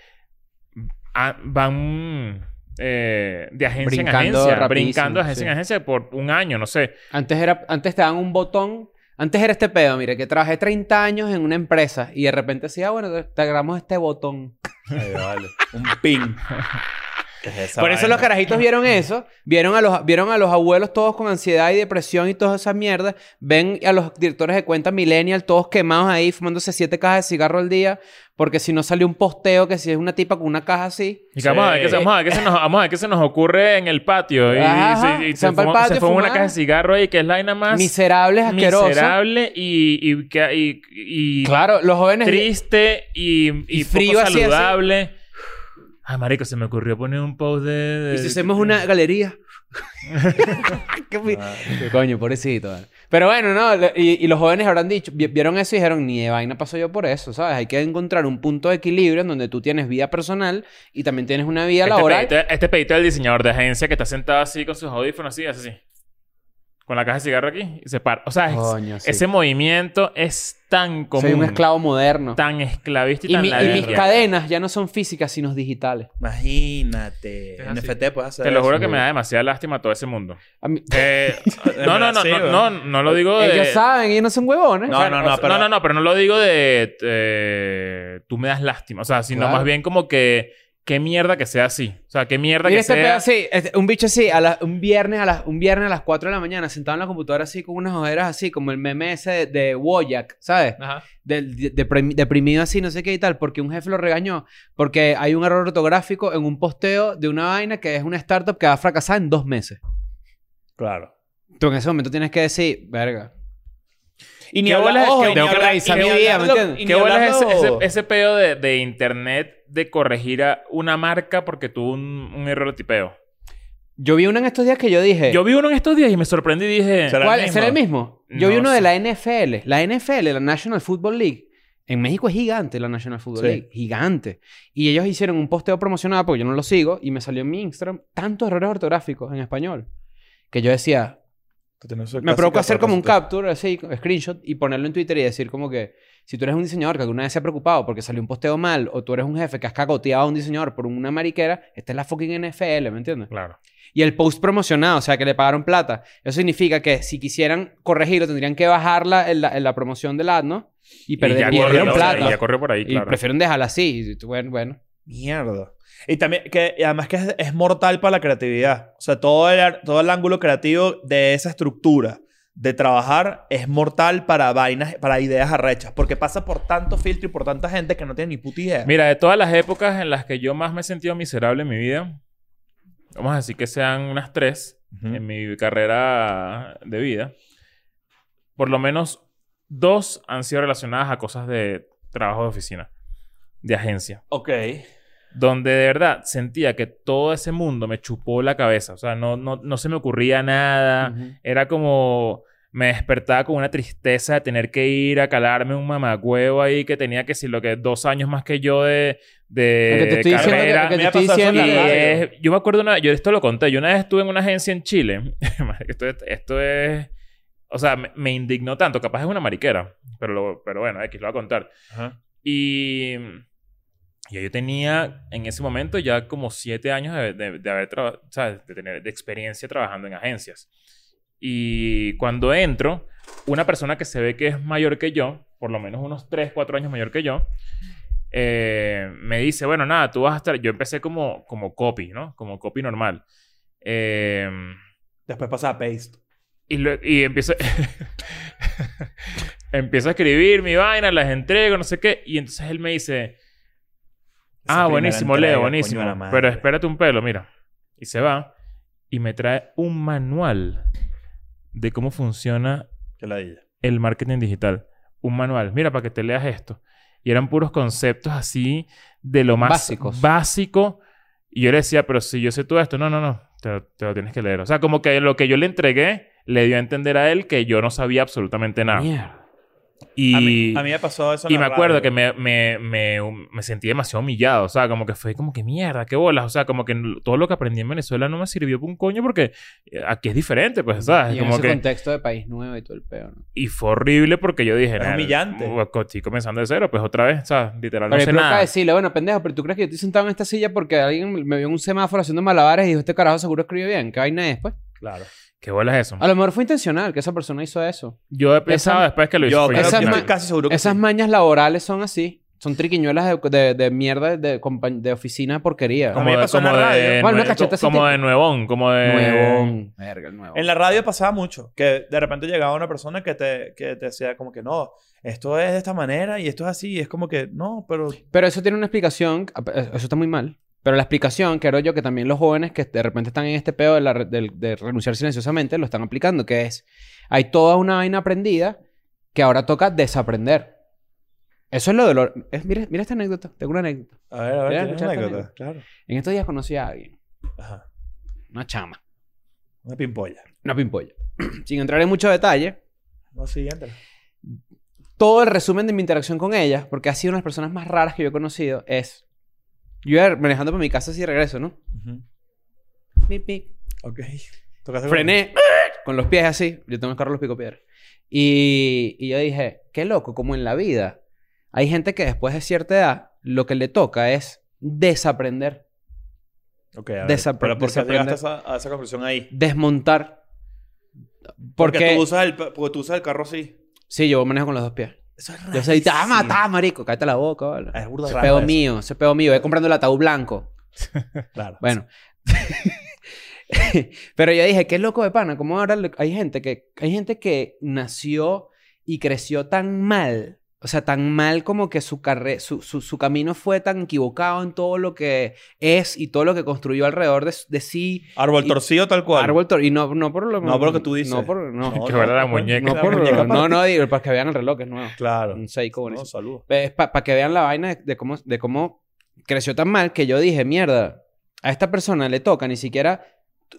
a- van eh, de agencia Brincando en agencia, rapidísimo, brincando de agencia sí. en agencia por un año, no sé. Antes, era, antes te daban un botón. Antes era este pedo, mira, que trabajé 30 años en una empresa y de repente decía, ah, bueno, te, te agarramos este botón. Ay, vale. Un ping. ¿Qué es esa Por eso vaina? los carajitos vieron eso, vieron a los, vieron a los abuelos todos con ansiedad y depresión y toda esa mierda, ven a los directores de cuenta millennial todos quemados ahí fumándose siete cajas de cigarro al día, porque si no salió un posteo que si es una tipa con una caja así, Y que vamos, a ver qué se, vamos a ver qué se nos, vamos a ver qué se nos ocurre en el patio. Y, Ajá, se, y se se van pa'l fuma- patio se a fuma una fumar. caja de cigarro ahí, que es la vaina más miserables, asquerosas. miserable y, y, que- y- y- Claro, los jóvenes triste y, y, Y frío poco así, así. saludable. Ay, marico, se me ocurrió poner un post de... de- Y si hacemos una galería. <laughs> Qué pi- Ah. Coño, pobrecito. vale. Pero bueno, no, le- y, y los jóvenes habrán dicho, vi- vieron eso y dijeron, ni de vaina paso yo por eso, ¿sabes? Hay que encontrar un punto de equilibrio en donde tú tienes vida personal y también tienes una vida Este laboral. pedito, este pedito del diseñador de agencia que está sentado así con sus audífonos así, hace así. Con la caja de cigarro aquí y se para. O sea, es- Coño, sí. ese movimiento es tan común. Soy un esclavo moderno. Tan esclavista y, Y, tan mi- y mis ladilla. cadenas ya no son físicas, sino digitales. Imagínate. Es así. NFT puedes hacer Te lo juro eso. que me da demasiada lástima todo <laughs> ese mundo. A mí- Eh, no, no, no, Sí, no, ¿verdad? no, no lo digo de... Ellos saben, ellos no son huevones. No, O sea, no, o no, sea, pero- no, no, pero no lo digo de eh, tú me das lástima. O sea, sino Claro. más bien como que qué mierda que sea así. O sea, qué mierda Mira que este sea. pedo así, este- un bicho así, a la- un, viernes a las, un viernes a las 4 de la mañana, sentado en la computadora así con unas ojeras así, como el meme ese de, de Wojak, ¿sabes? Ajá. del- de- deprimi- deprimido así, no sé qué y tal, porque un jefe lo regañó, porque hay un error ortográfico en un posteo de una vaina que es una startup que va a fracasar en dos meses. Claro. Tú en ese momento tienes que decir, verga. Y ni ¿Qué hablar, bolas es ojo, que y ni tengo que hablar- revisar y ni mi vida, hablarlo- ¿me entiendes? y ni ¿Qué bolas es ese, hablarlo- ese- ese pedo de, de internet de corregir a una marca porque tuvo un, un error de tipeo? Yo vi una en estos días que yo dije, Yo vi uno en estos días y me sorprendí y dije... ¿Será? ¿cuál el mismo? será el mismo? Yo vi No uno sé. de la NFL, la NFL, la National Football League. En México es gigante la National Football Sí. League, gigante. Y ellos hicieron un posteo promocionado porque yo no lo sigo y me salió en mi Instagram tantos errores ortográficos en español que yo decía, Tú tienes Pues el Me provoca clásico hacer como un propósito. capture, así, screenshot, y ponerlo en Twitter y decir como que si tú eres un diseñador que alguna vez se ha preocupado porque salió un posteo mal o tú eres un jefe que has cagoteado a un diseñador por una mariquera, esta es la fucking NFL, ¿me entiendes? Claro. Y el post promocionado, o sea, que le pagaron plata. Eso significa que si quisieran corregirlo tendrían que bajar la, en la, en la promoción del ad, ¿no? Y perder, y corrió, perdieron o sea, plata. y ya corrió por ahí, Y claro. prefieren dejarla así. Y tú, Bueno, bueno. Mierda. Y también, que y además que es, es mortal para la creatividad. O sea, todo el, ar- todo el ángulo creativo de esa estructura de trabajar es mortal para vainas, para ideas arrechas. Porque pasa por tanto filtro y por tanta gente que no tiene ni puta idea. Mira, de todas las épocas en las que yo más me he sentido miserable en mi vida, vamos a decir que sean unas tres, Ujú. en mi carrera de vida, por lo menos dos han sido relacionadas a cosas de trabajo de oficina, de agencia, Ok. donde de verdad sentía que todo ese mundo me chupó la cabeza, o sea, no, no, no se me ocurría nada, Ujú. era como... Me despertaba con una tristeza de tener que ir a calarme un mamagüevo ahí que tenía que si lo que dos años más que yo de, de Lo que te estoy diciendo que- Eh, carrera. lo que me te ha estoy pasado eso en diciendo la Y es- radio. es- yo me acuerdo una yo esto lo conté, yo una vez estuve en una agencia en Chile. <laughs> Marico, esto, es- esto es o sea, me, me indignó tanto, capaz es una mariquera, pero lo- pero bueno, X lo voy a contar. Y Ya yo tenía en ese momento ya como siete años de, de- de haber traba- o sea, de tener de experiencia trabajando en agencias. Y cuando entro, una persona que se ve que es mayor que yo, por lo menos unos 3, 4 años mayor que yo, eh, me dice, bueno, nada, tú vas a estar... Yo empecé como, como copy, ¿no? Como copy normal. Eh, Después pasa a Paste. y, lo- y empiezo... <laughs> empiezo a escribir mi vaina, las entrego, no sé qué. Y entonces él me dice... Esa Ah, primera buenísimo, entrega, Leo, coño buenísimo. de la madre. Pero espérate un pelo, mira. Y se va y me trae un manual de cómo funciona Que la dije. el marketing digital. Un manual. Mira, para que te leas esto. Y eran puros conceptos así de lo más Básicos. básico. Y yo le decía, pero si yo sé todo esto, no, no, no, te, lo- te lo tienes que leer. O sea, como que lo que yo le entregué le dio a entender a él que yo no sabía absolutamente nada. Mierda. Y A, mí, a mí me pasó eso. en y la me acuerdo radio. que me, me, me, me sentí demasiado humillado, o sea, como que fue como que mierda, qué bolas, o sea, como que n- todo lo que aprendí en Venezuela no me sirvió para un coño porque eh, aquí es diferente, pues, ¿sabes? Y en como ese que, contexto de país nuevo y todo el peor. ¿no? Y fue horrible porque yo dije, Es "Nah, humillante. guaco, Estoy comenzando de cero, pues otra vez, o sea, pero literal, no hay sé provoca nada. decirle, bueno, pendejo, pero tú crees que yo estoy sentado en esta silla porque alguien me- me vio en un semáforo haciendo malabares y dijo, este carajo seguro escribe bien. ¿Qué vaina es, pues? Claro. ¿Qué bolas es eso? A lo mejor fue intencional que esa persona hizo eso. Yo he pensado Esa- después que lo hice. Yo fue creo Esas que ma- estoy intencional. casi seguro que Esas sí. mañas laborales son así. Son triquiñuelas de, de, de mierda de, compa- de oficina de porquería. A mí como me de, pasó en como la de, radio. Bueno, una nue- cacheta así como te- de nuevón, como de... Nuevón. Verga, el nuevo. En la radio pasaba mucho, que de repente llegaba una persona que te, que te decía como que no, esto es de esta manera y esto es así, y es como que no, pero Pero eso tiene una explicación, eh, eso está muy mal. Pero la explicación, creo yo, que también los jóvenes que de repente están en este pedo de, la re- del- de renunciar silenciosamente lo están aplicando, que es, hay toda una vaina aprendida que ahora toca desaprender. Eso es lo de lo... es- mira, mira esta anécdota, tengo una anécdota. a ver, a Voy a ver, tienes una escuchar anécdota. Claro. En estos días conocí a alguien, Ajá. una chama, Una pimpolla. una pimpolla. <clears throat> Sin entrar en mucho detalle, No, sí, entra. todo el resumen de mi interacción con ella, porque ha sido una de las personas más raras que yo he conocido, es... Yo iba manejando por mi casa así de regreso, ¿no? Ujú. Pip, pip. Ok. Tocaste con- frené con los pies así. Yo tengo el carro a los pico piedra. Y, y yo dije, qué loco, como en la vida. Hay gente que después de cierta edad, lo que le toca es desaprender, Ok, a ver. Desapre- pero ¿por qué desaprender. llegaste a esa, a esa conclusión ahí? desmontar. Porque, tú usas el, porque tú usas el carro así. sí, yo manejo con los dos pies. Eso es Yo soy, ¡ah, rarísimo. matá, marico! Cállate la boca, vale". Es burda Ese raro peo eso. mío, ese peo mío. Voy comprando el ataúd blanco. Claro. Bueno. <laughs> Pero yo dije, qué loco de pana, cómo ahora le- hay gente que hay gente que nació y creció tan mal, o sea, tan mal como que su carre- su, su, su camino fue tan equivocado en todo lo que es y todo lo que construyó alrededor de, s- de sí. Árbol Y- torcido tal <laughs> cual. Árbol tor- y no no por lo No por lo que tú dices. No por no. Que guarda la muñeca. No, la por- <laughs> muñeca no, para- no, digo, para que vean el reloj, que es nuevo. Claro. Un Seiko No, buenísimo. saludos. Mm, Es para que vean la vaina de, de cómo, de cómo creció tan mal que yo dije, mierda, a esta persona le toca ni siquiera...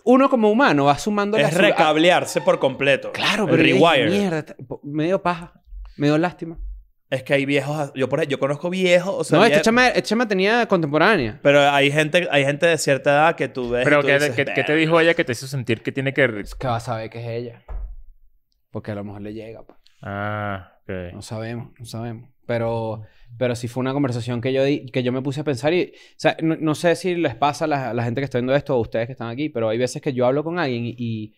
Uno como humano va sumando... Ah, Es recablearse por completo. Claro, El pero yo dije, rewire. mierda, esta- po- me dio paja. Me dio lástima. Es que hay viejos, as- yo por yo conozco viejos, o sea, no, vie- esta chama, esta chama tenía contemporánea. pero hay gente, hay gente de cierta edad que tú ves. y Pero tú ¿qué, dices, qué- qué te dijo ella que te hizo sentir que tiene que... Es que va a saber que es ella. Porque a lo mejor le llega. pues. pa. Ah, ok. No sabemos, no sabemos. Pero, pero sí fue una conversación que yo, di- que yo me puse a pensar y, o sea, no, no sé si les pasa a la, a la gente que está viendo esto o a ustedes que están aquí, pero hay veces que yo hablo con alguien y, y,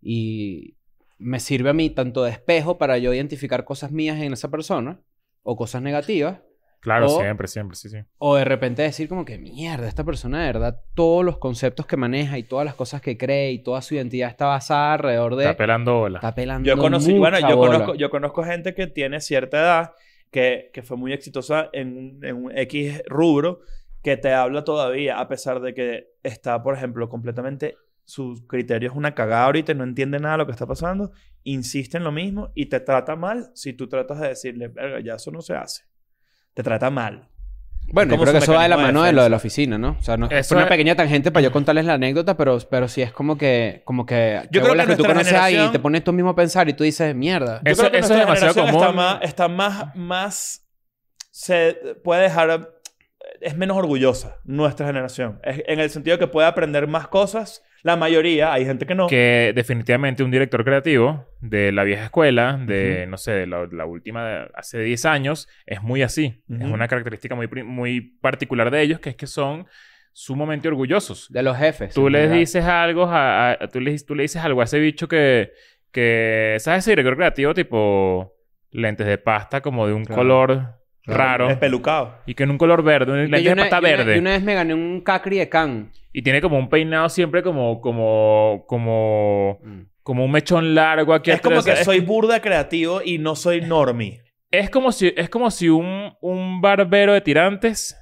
y me sirve a mí tanto de espejo para yo identificar cosas mías en esa persona o cosas negativas. Claro, O- siempre, siempre, sí, sí. O de repente decir como que mierda, esta persona de verdad todos los conceptos que maneja y todas las cosas que cree y toda su identidad está basada alrededor de... Está pelando bola. Está pelando Yo conocí, bueno, mucha yo bola". conozco, yo conozco gente que tiene cierta edad que, que fue muy exitosa en, un- en un X rubro que te habla todavía, a pesar de que está, por ejemplo, completamente su criterio es una cagada ahorita y no entiende nada de lo que está pasando, insiste en lo mismo y te trata mal si tú tratas de decirle, "Verga, ya eso no se hace. Te trata mal. Bueno, yo como creo que su eso va de la mecanismo mano de de lo de defensa. la oficina, ¿no? O sea, no fue Eso una es- pequeña tangente para yo contarles la anécdota, pero, pero sí es como que... Como que Yo creo bolas que tú nuestra conoces ahí y generación- te Eh, pones tú mismo a pensar y tú dices, mierda. Yo Eso- creo que eso es nuestra demasiado generación común. Está más, está más, más- se puede dejar, es menos orgullosa nuestra generación. Es- en el sentido que puede aprender más cosas La mayoría, hay gente que no. Que definitivamente un director creativo de la vieja escuela, de, no sé, de la, la última, de hace 10 años, es muy así. Es Ujú. una característica muy, pri- muy particular de ellos, que es que son sumamente orgullosos. De los jefes. Tú en le verdad. dices algo a, a- tú, le, tú le dices algo a ese bicho que, que ¿sabes? Ese director creativo tipo lentes de pasta como de un Claro. color Claro. raro. Es pelucado. Y que en un color verde, un Que lente yo de una, pasta yo una- verde. yo una vez me gané un Cacri de Can. Y tiene como un peinado siempre como, como, como, Mm, como un mechón largo aquí Es como atrás. que Es- soy burda creativo y no soy normie. Es como si, es como si un, un barbero de tirantes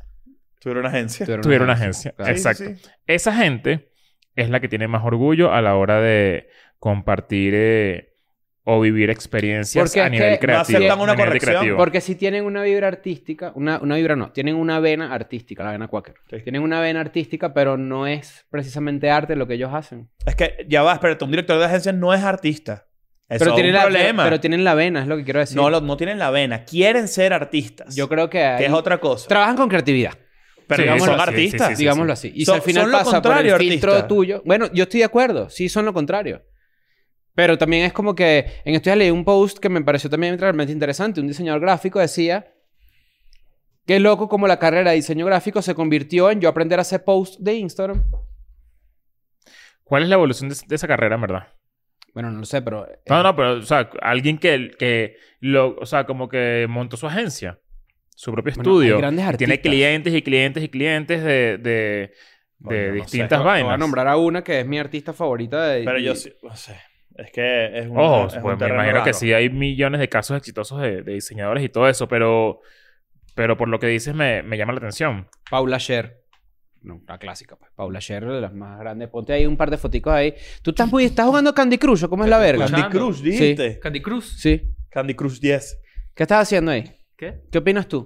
Tuviera una agencia. tuviera una agencia. Claro. Exacto. Esa gente es la que tiene más orgullo a la hora de compartir eh, o vivir experiencias Porque a es nivel que no creativo. aceptan una a nivel de corrección. creativo. Porque si tienen una vibra artística, una, una vibra no, tienen una vena artística, la vena Quaker. Sí. Tienen una vena artística, pero no es precisamente arte lo que ellos hacen. Es que, ya va, espérate, un director de agencia no es artista. Eso pero, tienen es un la, problema. pero tienen la vena, es lo que quiero decir. no, lo- no tienen la vena. Quieren ser artistas. Yo creo que, hay- que es otra cosa. trabajan con creatividad, pero Sí, digamos, eso son sí, sí, artistas. sí, sí. digámoslo así. Y si Son- al final son lo pasa por el contrario, filtro artista. tuyo, bueno, yo estoy de acuerdo, sí son lo contrario. Pero también es como que en estos días leí un post que me pareció también realmente interesante. Un diseñador gráfico decía Qué loco como la carrera de diseño gráfico se convirtió en yo aprender a hacer posts de Instagram. ¿Cuál es la evolución de, de esa carrera, en verdad? Bueno, no lo sé, pero... eh, No, no, pero, o sea, alguien que, que lo, o sea, como que montó su agencia, su propio bueno, estudio. hay grandes Y tiene artistas. clientes y clientes y clientes de, de, Coño, de no sé. distintas Te voy- te voy vainas. a nombrar a una que es mi artista favorita de... Pero yo y- sí, no sé. Es que es un. Ojo, es un pues me terreno imagino que raro. sí hay millones de casos exitosos de, de diseñadores y todo eso, pero, pero por lo que dices me, me llama la atención. Paula Sher. No, la clásica, pues. Paula Sher, de las más grandes. Ponte ahí un par de foticos ahí. ¿Tú estás, muy, estás jugando Candy Crush o cómo es la verga? Candy Escuchando. Crush, dijiste. Candy Cruz. Sí. Candy Crush 10. ¿Qué estás haciendo ahí? ¿Qué? ¿Qué opinas tú?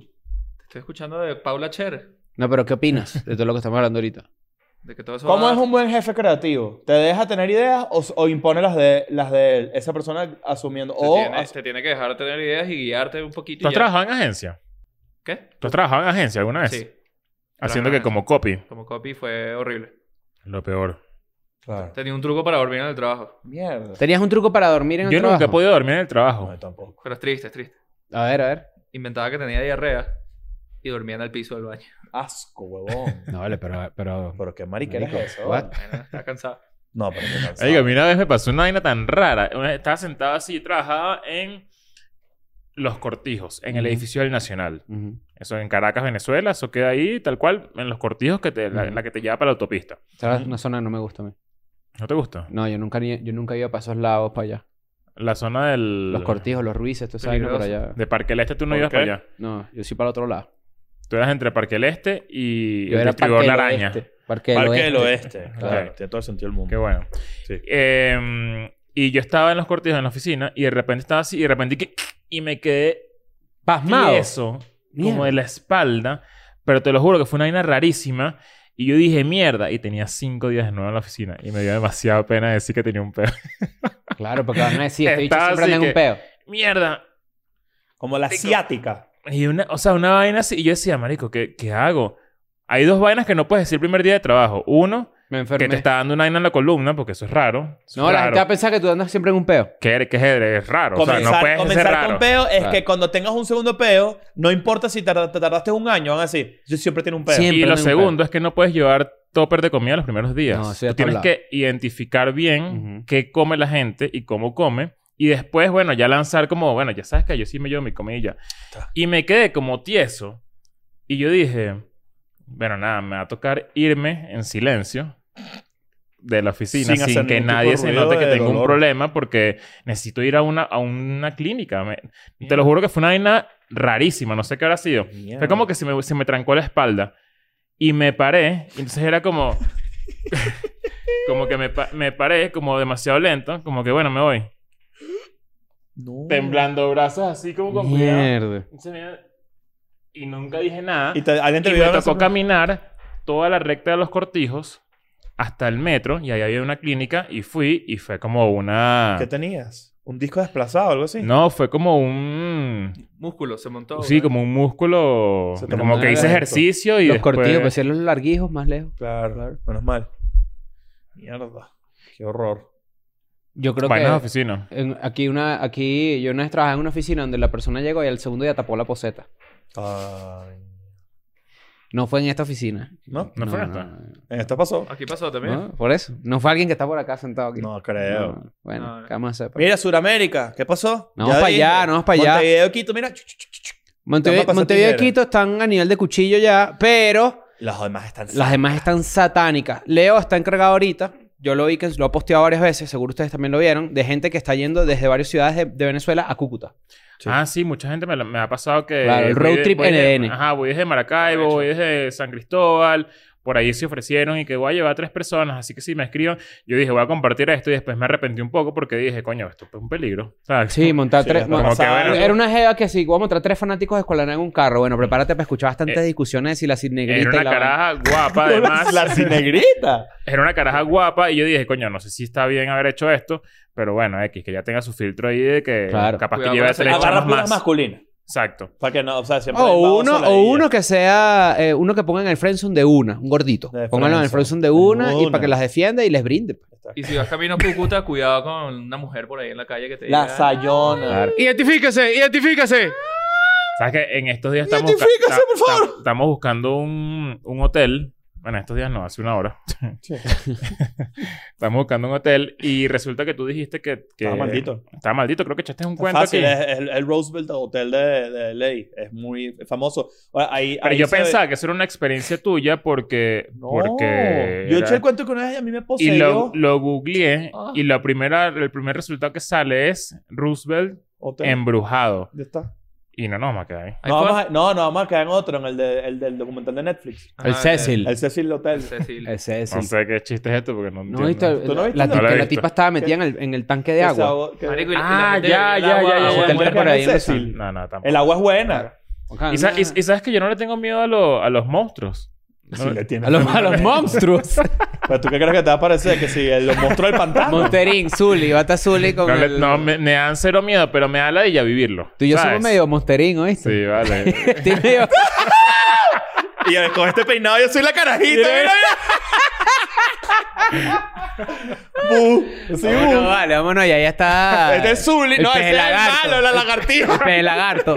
Te estoy escuchando de Paula Cher. No, pero ¿qué opinas <laughs> de todo lo que estamos hablando ahorita? De que todo eso ¿Cómo va- es un buen jefe creativo? ¿Te deja tener ideas o, o impone las de, las de él? esa persona asumiendo? Te, O tiene, as- te tiene que dejar tener ideas y guiarte un poquito. ¿Tú y has ya. trabajado en agencia? ¿Qué? ¿Tú has trabajado en agencia alguna vez? Sí. Haciendo Trabajaba en que como copy. Como copy fue horrible. Lo peor. Claro. Tenía un truco para dormir en el trabajo. Mierda. ¿Tenías un truco para dormir en el Yo nunca he trabajo? podido dormir en el trabajo. No, tampoco. Pero es triste, es triste. A ver, a ver. Inventaba que tenía diarrea y dormía en el piso del baño. Asco, <laughs> huevón. No, vale, pero... pero... pero qué mariquera Marico, es eso. what? Bueno, estaba cansado. No, pero qué cansado. Oiga, a mí una vez me pasó una vaina tan rara. Una vez Estaba sentado así, yo trabajaba en Los Cortijos, en el Ujú. edificio del Nacional. Ujú. Eso en Caracas, Venezuela. Eso queda ahí, tal cual, en Los Cortijos, que te, la, Ujú. la que te lleva para la autopista. ¿Sabes? Una zona que no me gusta a mí. ¿No te gusta? No, yo nunca, ni- yo nunca he ido para esos lados, para allá. La zona del... Los cortijos, los ruices, todo eso. por Peligroso. allá. De Parque del Este tú no ¿Por ibas qué? para allá. No, yo soy para el otro lado. Tú eras entre Parque del Este y Yo el era distribuidor Parque La del Araña. Oeste. Parque del Parque del Oeste. Oeste. Claro. Ok. Tiene todo el sentido del mundo. Qué bueno. Sí. Eh, y yo estaba en los cortijos en la oficina y de repente estaba así y de repente que- y me quedé Pasmado. tieso como Mierda. de la espalda, pero te lo juro que fue una vaina rarísima y yo dije mierda y tenía cinco días de nuevo en la oficina y me dio demasiada pena decir que tenía un peo. Claro, porque van a decir, <laughs> este bicho Estaba siempre así anda en un que- peo. <laughs> mierda. Como la asiática. Y una, o sea, una vaina así y yo decía, marico, ¿qué, qué hago? Hay dos vainas que no puedes decir primer día de trabajo. Uno, Me que enfermé. te está dando una vaina en la columna, porque eso es raro. Eso No, es la raro. gente va a pensar que tú andas siempre en un peo. que, que es, es raro. o sea, no puedes ser comenzar raro. con peo es Claro. que cuando tengas un segundo peo, no importa si tarda- te tardaste un año, van a decir, yo siempre tiene un peo. Siempre. y lo tengo un peo. segundo es que no puedes llevar topper de comida los primeros días. No, eso ya Tú está tienes hablado. que identificar bien Ujú. qué come la gente y cómo come. Y después, bueno, ya lanzar como, bueno, ya sabes que yo sí me llevo mi comida y ya. Ta. Y me quedé como tieso. Y yo dije, bueno, nada, me va a tocar irme en silencio de la oficina Sin sin, hacer que ningún tipo nadie de se ruido note que de tengo un dolor. problema porque necesito ir a una, a una clínica. Me- te lo juro que fue una vaina rarísima. No sé qué habrá sido. Fue como que se me, se me trancó la espalda. Y me paré. Y entonces era como... <laughs> como que me, pa- me paré como demasiado lento. Como que, bueno, me voy. No. Temblando brazos así como con cuidado. Mierda. Entonces, mira, Y nunca dije nada. Y te, alguien te Y me vio tocó hacer- caminar toda la recta de los cortijos hasta el metro. Y ahí había una clínica. Y fui. Y fue como una... ¿Qué tenías? ¿Un disco desplazado o algo así? No, fue como un... Músculo, se montó. Sí, como un músculo... Se te Como que monta hice el- ejercicio y Los pues, después... cortijos, pues si los larguijos más lejos. Claro, Claro. menos mal. Mierda. Qué horror. Yo creo Vainas de que oficina. en- aquí una aquí yo una vez trabajaba en una oficina donde la persona llegó y al segundo día tapó la poseta. Ay. No fue en esta oficina. ¿No? ¿No fue en esta? ¿En esta pasó? Aquí pasó también. No, por eso. No fue alguien que está por acá sentado aquí. No creo. No, Bueno, No, no. ¿qué vamos a hacer? pues? Mira, Sudamérica. ¿Qué pasó? No, vamos para dije. allá, no, vamos para allá. Montevideo, Quito, mira. Chu, chu, chu, chu. Montevideo, Vamos a pasar Montevideo y tijera. Quito están a nivel de cuchillo ya, pero Las demás están... las demás están satánicas. Leo está encargado ahorita. Yo lo vi que lo ha posteado varias veces, seguro ustedes también lo vieron, de gente que está yendo desde varias ciudades de, de Venezuela a Cúcuta. Sí. Ah, sí, mucha gente me, la- me ha pasado que. Claro, el voy road de- trip E. voy de- NN. ajá, voy desde Maracaibo, voy desde San Cristóbal. Por ahí se ofrecieron y que voy a llevar a tres personas. Así que si me escriban, yo dije, voy a compartir esto y después me arrepentí un poco porque dije, coño, esto es un peligro. ¿sabes? <laughs> Sí, montar Sí, tres. la mo- Como que, pasada. bueno, Era una jeva que sí, vamos a montar tres fanáticos de Escuela Nada en un carro. Bueno, prepárate para escuchar bastantes Eh, discusiones de si la cinegrita Era y una la- caraja <laughs> guapa, además. La cinegrita. Era una caraja guapa y yo dije, coño, no sé si está bien haber hecho esto, pero bueno, X, que ya tenga su filtro ahí de que Claro. capaz Cuidado que lleve a con la tres selección. Agarra chamas puras más. masculinas. Exacto. Para que no, o sea, siempre... hay O baboso uno, en la o villa. uno que sea, eh, uno que ponga en el friendzone de una, un gordito. De Pónganlo en el friendzone friendzone. de una, De y para que una. las defienda y les brinde. pues. Y si vas camino a Cúcuta, cuidado con una mujer por ahí en la calle que te La diga, sayona. Identifíquese, identifíquese. ¿Sabes que En estos días estamos, busca- Identifícase, por ta- ta- favor. estamos buscando un, un hotel. Bueno, estos días no, hace una hora. Sí. <laughs> estamos buscando un hotel y resulta que tú dijiste que... que Estaba maldito. Estaba maldito. Creo que echaste un Es cuento fácil, aquí. es el, el Roosevelt Hotel de, de LA. Es muy famoso. Ahora, Ahí, Pero ahí yo se ve- pensaba que eso era una experiencia tuya porque... No. porque Yo era- eché el cuento que una vez a mí me poseyó. Y lo, lo googleé Ah. y la primera, el primer resultado que sale es Roosevelt Hotel. embrujado. Ya está. Y no, no, me quedé ahí. "Ay, No fuck". vamos, a, no, no, vamos a quedar en otro, en el, de- el del documental de Netflix. Ajá, El Cecil. El Cecil Hotel. El Cecil. El No Cecil. sé qué chiste es esto porque no No, entiendo. viste, ¿Tú no viste la, el- tipa, No lo he la visto. tipa estaba metida en el, en el tanque de Que agua. se- que- Marico, y la- y la Ah, gente ya, bebe el ya, agua, ya, agua, ya, Hotel agua. de por ahí, el, no sé. Cecil. No, no, tampoco. el agua es buena. Ojalá. Y, sa- y- y sabes que yo no le tengo miedo a, lo- a los monstruos. No- Sí, le tiene- a, los, a los <laughs> monstruos. ¿Pero tú qué crees que te va a parecer? Que si el- <laughs> los monstruos del pantano. Monterín, Zully, bata Zully con no le- el... no, me, me dan cero miedo, pero me da la de ya vivirlo. Tú y yo ¿sabes? somos medio Monterín, ¿oíste? Sí, vale. <laughs> Estoy medio- Y eh, con este peinado yo soy la carajita. Mira, mira. <laughs> Bu. Sí, Vámonos, bu. vale, vámonos. Y ahí está... Este es Zully. No, pez este es el lagarto. malo, la lagartija. El pez lagarto.